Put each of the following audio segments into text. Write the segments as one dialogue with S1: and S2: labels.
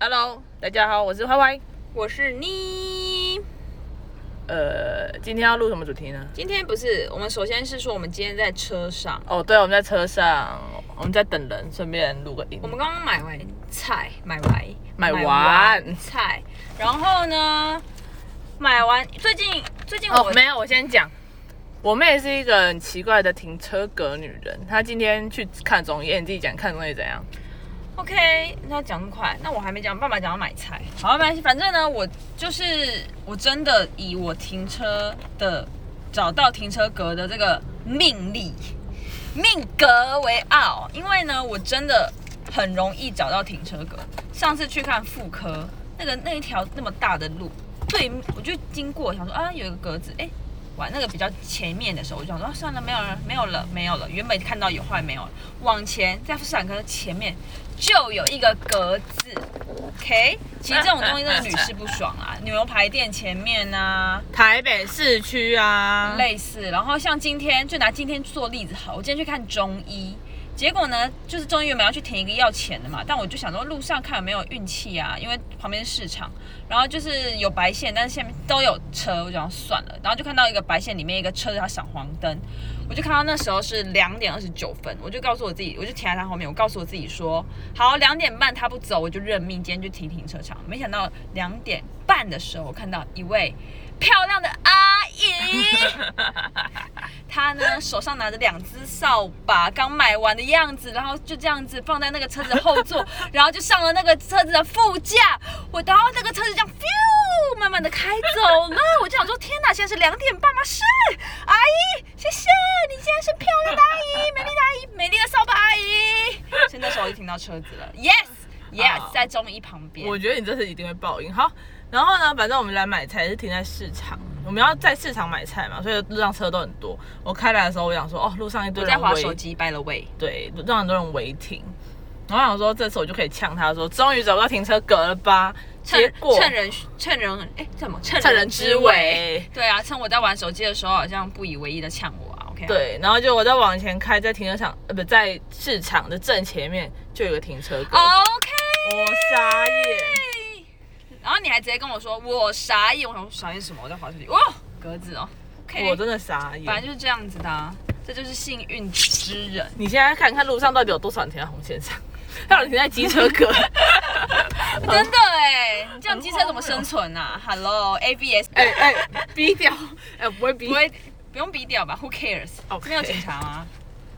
S1: Hello，大家好，我是歪歪。
S2: 我是你。
S1: 呃，今天要录什么主题呢？
S2: 今天不是，我们首先是说我们今天在车上，
S1: 哦，对，我们在车上，我们在等人，顺便录个音
S2: 我。们刚刚买完菜，买完
S1: 买完
S2: 菜，然后呢，买完最近最近我、
S1: 哦，没有，我先讲。我妹是一个很奇怪的停车格女人，她今天去看中医，哎你自己讲看中医怎样？
S2: OK，那讲那么快，那我还没讲，爸爸讲要买菜，好，没关系，反正呢，我就是我真的以我停车的找到停车格的这个命力命格为傲，因为呢，我真的很容易找到停车格。上次去看妇科，那个那一条那么大的路，对面我就经过，想说啊，有一个格子，哎、往那个比较前面的时候，我就想说、啊算了，没有了，没有了，没有了。原本看到有，后来没有了。往前，在妇产科前面就有一个格子，OK。其实这种东西真的屡试不爽啊，牛排店前面啊，
S1: 台北市区啊，
S2: 类似。然后像今天，就拿今天做例子好，我今天去看中医。结果呢，就是中医原本要去填一个要钱的嘛，但我就想说路上看有没有运气啊，因为旁边是市场，然后就是有白线，但是下面都有车，我就想算了，然后就看到一个白线里面一个车子它闪黄灯，我就看到那时候是两点二十九分，我就告诉我自己，我就停在他后面，我告诉我自己说，好，两点半他不走，我就认命，今天就停停车场。没想到两点半的时候，我看到一位漂亮的阿姨，她呢手上拿着两只扫把，刚买完的样子，然后就这样子放在那个车子的后座，然后就上了那个车子的副驾，我然后那个车子这样 f 慢慢的开走了，我就想说，天哪，现在是两点半吗？是，阿姨，谢谢你，现在是漂亮的阿姨，美丽的阿姨，美丽的扫把阿姨。所以那时候我就听到车子了，yes yes，
S1: 好
S2: 在中医旁边。
S1: 我觉得你这次一定会报应。好，然后呢，反正我们来买菜是停在市场，我们要在市场买菜嘛，所以路上车都很多。我开来的时候，我想说，哦，路上一堆
S2: 我
S1: 人
S2: 在划
S1: 围
S2: 手机，by the way。
S1: 对，让很多人违停。然后想说，这次我就可以呛他说，终于找不到停车格了吧？结
S2: 趁
S1: 果
S2: 趁人趁人哎，这什么？趁
S1: 趁人之危。
S2: 对啊，趁我在玩手机的时候，好像不以为意的呛我啊。OK 啊。
S1: 对，然后就我再往前开，在停车场呃不在市场的正前面就有个停车格，
S2: OK。
S1: 我傻眼。
S2: 然后你还直接跟我说我傻眼，我想说傻眼什么？我在划手机。哇，格子哦。OK。
S1: 我真的傻
S2: 反正
S1: 眼。
S2: 就是这样子的、啊，这就是幸运之 人。
S1: 你现在看看路上到底有多少人停在红线上， 到底停在机车格？
S2: 真的哎，你这样机车怎么生存啊？Hello，ABS
S1: 哎哎，逼掉，哎不会逼
S2: 不，会不用比掉吧？Who cares？
S1: OK
S2: 没有警察吗？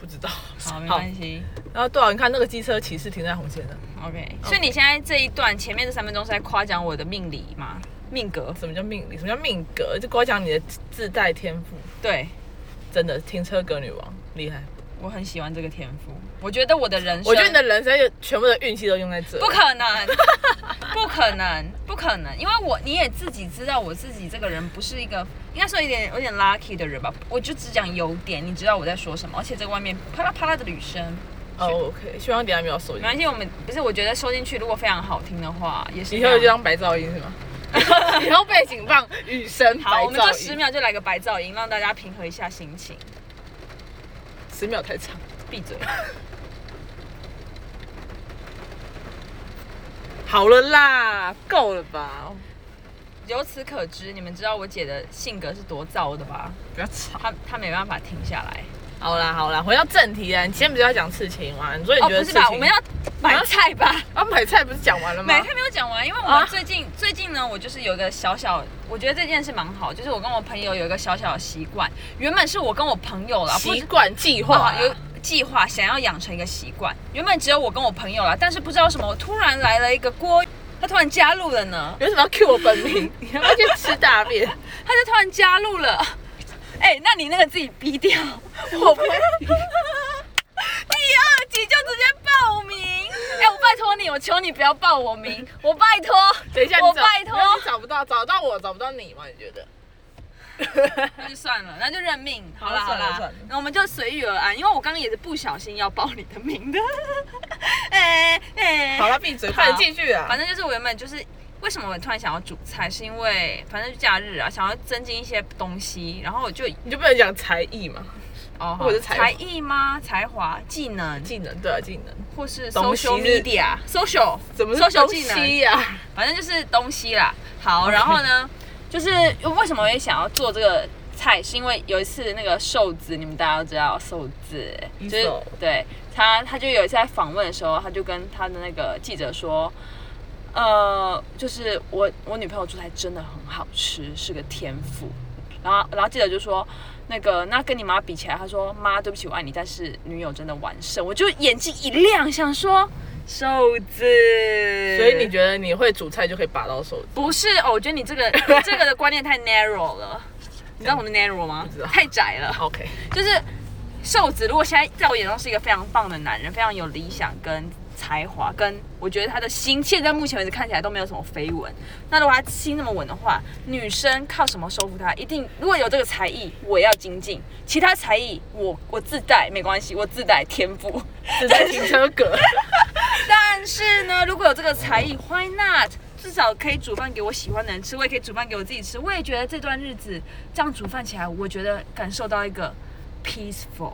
S1: 不知道。
S2: 好，没关系。
S1: 然后对啊，你看那个机车骑士停在红线上，
S2: OK，所以你现在这一段前面这三分钟是在夸奖我的命理吗？命格
S1: 什么叫命理？什么叫命格？就跟我讲你的自带天赋。
S2: 对。
S1: 真的停车格女王厉害。
S2: 我很喜欢这个天赋，我觉得我的人生，
S1: 我觉得你的人生就全部的运气都用在这。
S2: 不可能， 不可能，不可能，因为我你也自己知道，我自己这个人不是一个，应该说有点有点 lucky 的人吧。我就只讲优点，你知道我在说什么，而且这个外面啪啦啪啦的女声，
S1: 哦、o k 希望等一下没有收
S2: 没
S1: 音。
S2: 关系，我们不是，我觉得收进去如果非常好听的话，也是
S1: 以后就
S2: 非常
S1: 当白噪音是吗？ 以后背景放雨声白
S2: 好，我们
S1: 噪
S2: 这
S1: 音。
S2: 十秒就来个白噪音，让大家平和一下心情。
S1: 十秒太长。
S2: 闭嘴。
S1: 好了啦，够了吧？
S2: 由此可知，你们知道我姐的性格是多糟的吧？
S1: 不要吵。
S2: 她她没办法停下来。
S1: 好啦好啦，回到正题啊啦。你先不是要讲刺青吗？你说你
S2: 哦，
S1: 觉得
S2: 不
S1: 刺
S2: 是
S1: 青？
S2: 吧？我们要买菜吧？
S1: 啊买菜不是讲完了吗
S2: 买？菜没有讲完，因为我
S1: 啊
S2: 们最近、最近呢，我就是有一个小小，我觉得这件事蛮好，就是我跟我朋友有一个小小的习惯，原本是我跟我朋友啦，不
S1: 习惯计划
S2: 啊
S1: 啊
S2: 有计划想要养成一个习惯，原本只有我跟我朋友啦，但是不知道为什么，我突然来了一个郭，他突然加入了呢。
S1: 有什么要 cue 我本名？ 你要不要去吃大便？
S2: 他就突然加入了。 哎、那你那个自己逼掉，我 不。第二集就直接报名。哎、我拜托你，我求你不要报我 名，我拜托。
S1: 等一下，
S2: 我
S1: 你找
S2: 拜托
S1: 没有你找不到，找到我，找不到你吗？你觉得？
S2: 那就算了，那就认命。好啦
S1: 好
S2: 好
S1: 算了算
S2: 啦
S1: 了，
S2: 那我们就随遇而安，因为我刚刚也是不小心要报你的名的。 哎哎、
S1: 好了，闭嘴，
S2: 好
S1: 快点进去啊！
S2: 反正就是我原本就是为什么我突然想要煮菜，是因为反正就假日啊，想要增进一些东西，然后我就
S1: 你就不能讲才艺嘛？哦好
S2: 或者是
S1: 才
S2: 才艺吗？才华、技能，
S1: 技能对啊，技能
S2: 或是
S1: 东西
S2: social
S1: 是
S2: media、social
S1: 怎么是
S2: social
S1: 东
S2: 技能？
S1: 西呀、
S2: 反正就是东西啦。好，然后呢，就是为什么会想要做这个菜，是因为有一次那个瘦子，你们大家都知道瘦子，
S1: 一
S2: 就是
S1: 手
S2: 对他，他就有一次在访问的时候，他就跟他的那个记者说。呃，就是我我女朋友做菜真的很好吃，是个天赋。然后然后记者就说，那个那跟你妈比起来，他说妈对不起我爱你，但是女友真的完胜。我就眼睛一亮，想说瘦子。
S1: 所以你觉得你会煮菜就可以拔到手指？
S2: 不是哦，我觉得你这 个你这个的观念太 narrow 了。你知道什么是 narrow 吗
S1: 不知道？
S2: 太窄了。
S1: OK，
S2: 就是瘦子，如果现在在我眼中是一个非常棒的男人，非常有理想跟才华，跟我觉得他的心现在目前为止看起来都没有什么绯闻。那如果他心那么稳的话，女生靠什么收服他？一定如果有这个才艺，我要精进；其他才艺我我自带没关系，我自带天赋。
S1: 只在停车 格。
S2: 但是呢，如果有这个才艺，Why not？至少可以煮饭给我喜欢的人吃，我也可以煮饭给我自己吃。我也觉得这段日子这样煮饭起来，我觉得感受到一个 peaceful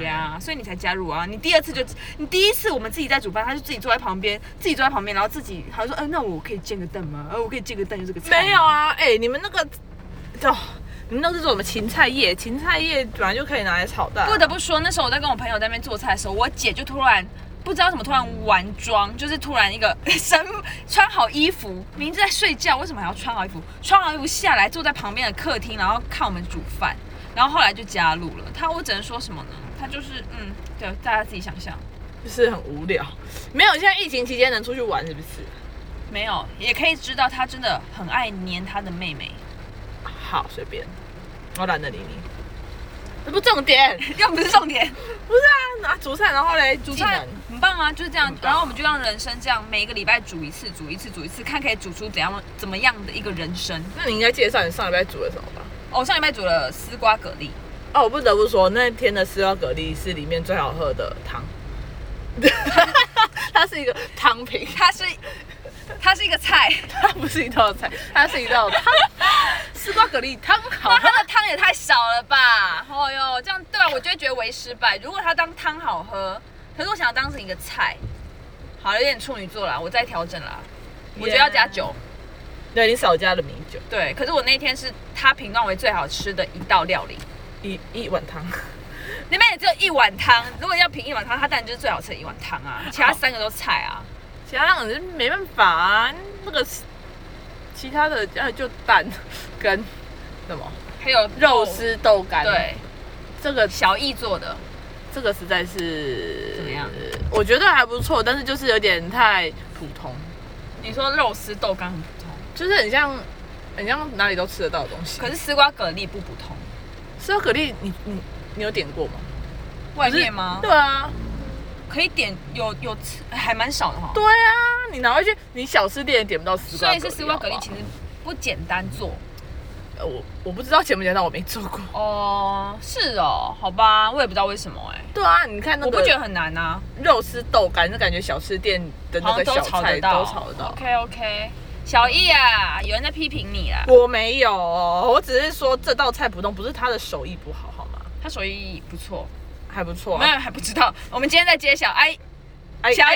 S2: 呀、所以你才加入啊。你第二次就你第一次我们自己在煮饭，他就自己坐在旁边，自己坐在旁边，然后自己他就说，嗯、那我可以煎个蛋吗？呃，我可以煎个蛋就这个菜吗。
S1: 没有啊，哎、你们那个，哦，你们那个是做什么芹菜叶？芹菜叶本来就可以拿来炒蛋啊、
S2: 不得不说，那时候我在跟我朋友在那边做菜的时候，我姐就突然不知道怎么突然玩妆，就是突然一个 身穿好衣服，明明在睡觉，为什么还要穿好衣服？穿好衣服下来，坐在旁边的客厅，然后看我们煮饭，然后后来就加入了。她我只能说什么呢？她就是嗯，对，大家自己想象。
S1: 就是很无聊。没有，现在疫情期间能出去玩是不是？
S2: 没有，也可以知道她真的很爱黏她的妹妹，
S1: 好，随便，我懒得理你。这不重点，
S2: 又不是重点。
S1: 不是啊，拿煮菜，然后嘞，煮
S2: 煮
S1: 菜
S2: 菜很棒啊，就是这样
S1: 很。棒
S2: 然后我们就让人生这样，每一个礼拜煮一次，煮一次，煮一次，看可以煮出怎样怎么样的一个人生。
S1: 那你应该介绍你上礼拜煮了什么吧？
S2: 哦，我上礼拜煮了丝瓜蛤蜊，
S1: 哦，我不得不说，那天的丝瓜蛤蜊是里面最好喝的汤， 它是一个汤品，
S2: 它是它是一个菜，
S1: 它不是一道菜，它是一道汤。丝瓜蛤蜊汤好
S2: 哇，
S1: 喝，
S2: 它的汤也太少了吧！哦哟，这样对啊，我就会觉得为失败。如果它当汤好喝，可是我想要当成一个菜，好了，有点处女座啦，我再调整啦。我觉得要加酒，
S1: 对你少加了米酒，
S2: 对。可是我那天是它评断为最好吃的一道料理，
S1: 一一碗 汤。
S2: 里面也只有一碗汤。如果要评一碗汤，它当然就是最好吃的一碗汤啊，其他
S1: 好
S2: 三个都菜啊。
S1: 其他那种就没办法啊，那个其他的呃就蛋跟什么
S2: 还有
S1: 肉，丝豆干，，
S2: 对，
S1: 这个
S2: 小易做的，
S1: 这个实在是
S2: 怎么样？
S1: 我觉得还不错，但是就是有点太普通，
S2: 你说肉丝豆干很普通。
S1: 就是很像很像哪里都吃得到的东西。
S2: 可是丝瓜蛤蜊不普通，
S1: 丝瓜蛤蜊，你你你有点过吗？
S2: 外面吗？
S1: 对啊，
S2: 可以点有有吃，还蛮少的哈。
S1: 对啊，你哪会去？你小吃店也点不到丝瓜
S2: 所
S1: 蛤蜊，
S2: 以是丝瓜蛤蜊其
S1: 好
S2: 实不简单做
S1: 不好呃我我不知道简不简单，我没做过。
S2: 哦，是哦，好吧，我也不知道为什么哎、
S1: 对啊，你看那
S2: 我
S1: 个
S2: 不觉得很难啊，
S1: 肉丝豆干，就感觉小吃店的那
S2: 好
S1: 个
S2: 像都
S1: 小
S2: 炒
S1: 菜
S2: 得到，
S1: 都炒得到。
S2: OK OK，小易啊，有人在批评你啊，
S1: 我没有，我只是说这道菜普通，不是他的手艺不好，好吗？
S2: 他手艺不错，
S1: 还不错、
S2: 没
S1: 啊。
S2: 有还不知道，我们今天在揭晓。哎，
S1: 哎
S2: 小
S1: 哎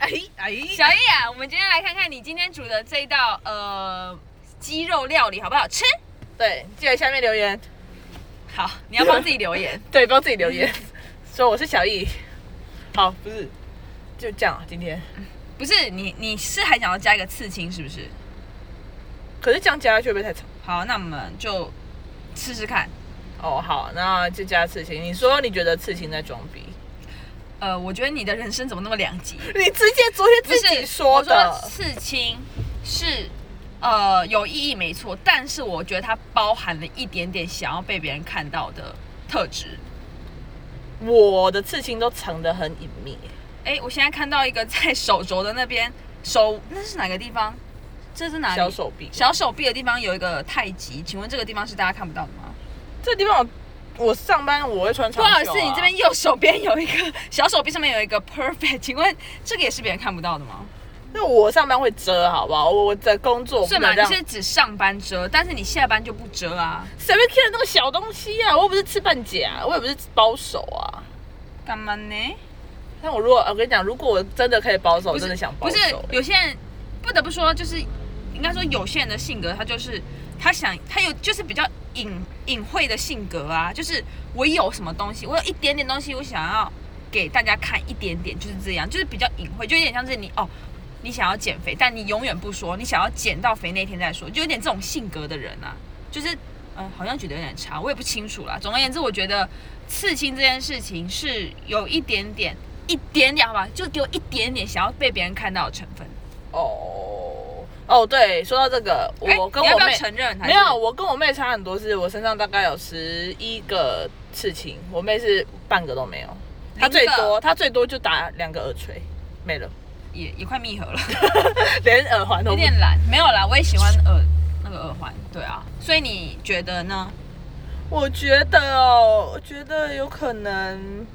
S1: 哎哎
S2: 小易啊，我们今天来看看你今天煮的这一道呃鸡肉料理好不好吃？
S1: 对，记得下面留言，
S2: 好，你要帮自己留言。
S1: 对，帮自己留言，说我是小易。好，嗯不是，就这样啊，今天。
S2: 不是你，你是还想要加一个刺青是不是？
S1: 可是这样加下去会不会太长？
S2: 好，那我们就试试看。
S1: 哦，好，那就加刺青。你说你觉得刺青在装逼？
S2: 呃，我觉得你的人生怎么那么两极？
S1: 你直接昨天
S2: 不
S1: 自己
S2: 是
S1: 说的，
S2: 我说刺青是呃有意义没错，但是我觉得它包含了一点点想要被别人看到的特质。
S1: 我的刺青都藏得很隐秘。
S2: 哎，我现在看到一个在手肘的那边，手那是哪个地方？这是哪里？
S1: 小手臂，
S2: 小手臂的地方有一个太极，请问这个地方是大家看不到的吗？
S1: 这地方我我上班我会穿
S2: 不
S1: 长袖、啊
S2: 好意思，你这边右手边有一个小手臂，上面有一个 perfect，请问这个也是别人看不到的吗？
S1: 因为我上班会遮，好不好？我我在工作，我不
S2: 是嘛？
S1: 能这
S2: 你
S1: 样。
S2: 是指上班遮，但是你下班就不遮啊？
S1: 谁会看那个小东西啊？我又不是吃半截啊，我也不是包手啊。
S2: 干嘛呢？
S1: 但我如果我跟你讲，如果我真的可以保守，我
S2: 不
S1: 真
S2: 是
S1: 的想保
S2: 不
S1: 守、欸
S2: 是有些人不得不说，就是应该说有些人的性格，他就是他想他有就是比较隐隐晦的性格啊，就是我有什么东西，我有一点点东西，我想要给大家看一点点，就是这样，就是比较隐晦，就有点像是你哦。你想要减肥，但你永远不说，你想要减到肥那天再说，就有点这种性格的人啊，就是呃，好像觉得有点差，我也不清楚啦。总而言之，我觉得刺青这件事情是有一点点一点点，好吧，就给我一点点想要被别人看到的成分。
S1: 哦哦，对，说到这个，
S2: 哎
S1: 我跟
S2: 你要
S1: 我
S2: 不要
S1: 妹、
S2: 承认？还
S1: 没
S2: 是
S1: 有，，我跟我妹差很多是，我身上大概有十一个刺青，我妹是半个都没有，她最
S2: 零个
S1: 多她最多就打两个耳垂，没了，
S2: 也也快密合 了，
S1: 连耳环都
S2: 有
S1: 不
S2: 点懒。没有啦，我也喜欢耳那个耳环，对啊。所以你觉得呢？
S1: 我觉得哦，我觉得有可能，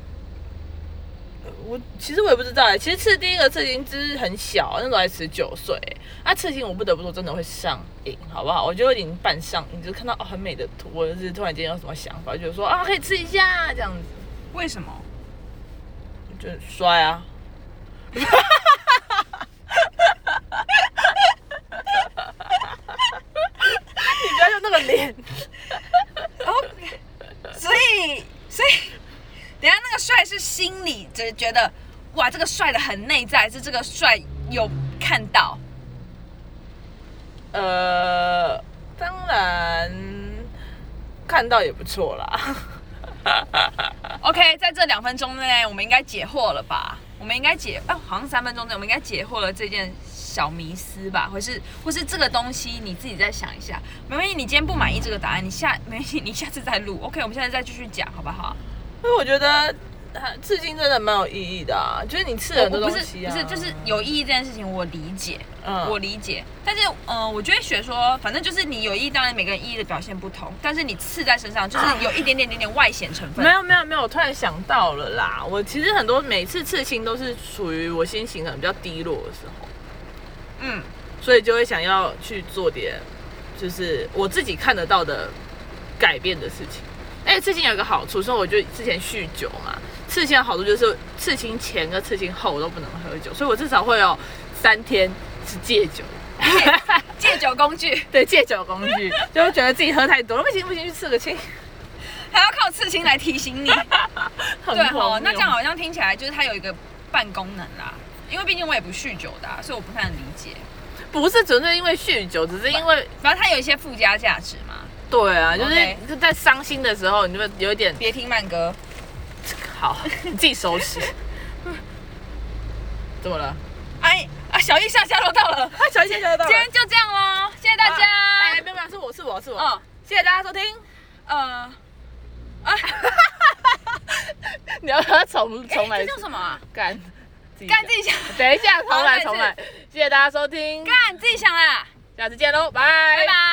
S1: 呃我其实我也不知道哎。其实刺第一个刺青只是很小，那时候才十九岁欸。啊，刺青我不得不说真的会上瘾，好不好？我觉得已经半上瘾，就是看到、哦、很美的图，或者是突然间有什么想法，就觉得说啊可以刺一下这样子，
S2: 为什么？
S1: 就很帅啊。你不要用那个脸，
S2: 哦所以，所以，等一下那个帅是心里只觉得，哇，这个帅的很内在，是这个帅有看到。
S1: 呃，当然看到也不错啦。
S2: OK，在这两分钟内，我们应该解惑了吧？我们应该解，哦，好像三分钟内，我们应该解惑了这件小迷思吧？或是，或是这个东西你自己再想一下。没关系，你今天不满意这个答案，你下 没关系，你下次再录。OK，我们下次再继续讲，好不好？
S1: 因为我觉得呃刺青真的蛮有意义的啊，就是你刺了很多
S2: 我
S1: 东
S2: 不是
S1: 西啊，
S2: 不是，就是有意义这件事情，我理解。
S1: 嗯
S2: 我理解，但是呃，我觉得学说，反正就是你有意义，当然每个人意义的表现不同，但是你刺在身上，就是有一点点点点外显成分
S1: 没。有没有没有，我突然想到了啦，我其实很多每次刺青都是属于我心情可能比较低落的时候，
S2: 嗯，
S1: 所以就会想要去做点就是我自己看得到的改变的事情。哎，刺青有一个好处，所以我就之前酗酒嘛，刺青的好处就是刺青前跟刺青后我都不能喝酒，所以我至少会有三天是戒酒。
S2: 戒酒工具
S1: 对戒酒工具，就会觉得自己喝太多了，不行不行，去刺个青，
S2: 还要靠刺青来提醒你。
S1: 很
S2: 对
S1: 荒谬，
S2: 哦那这样好像听起来就是它有一个半功能啦，因为毕竟我也不酗酒的、啊，所以我不太能理解。
S1: 不是纯粹因为酗酒，只是因为
S2: 反正它有一些附加价值嘛。
S1: 对啊，就是
S2: OK
S1: 就在伤心的时候，你就会有一点
S2: 别听慢歌，
S1: 好，你自己收拾。 怎么了？
S2: 哎啊，小易下下落到了，
S1: 啊，小一姐，小一姐到
S2: 今
S1: 了，
S2: 天就这样喽，谢谢大家。
S1: 啊哎，没有没有，是我是我是我，
S2: 嗯
S1: 谢谢大家收听。
S2: 呃，
S1: 你要不要重重
S2: 哎
S1: 来
S2: 这叫什么啊？
S1: 干？
S2: 干自己想，
S1: 等一下，重
S2: 好再
S1: 来
S2: 一次
S1: 重来，谢谢大家收听，
S2: 干自己想啦，
S1: 下次见喽，
S2: 拜拜。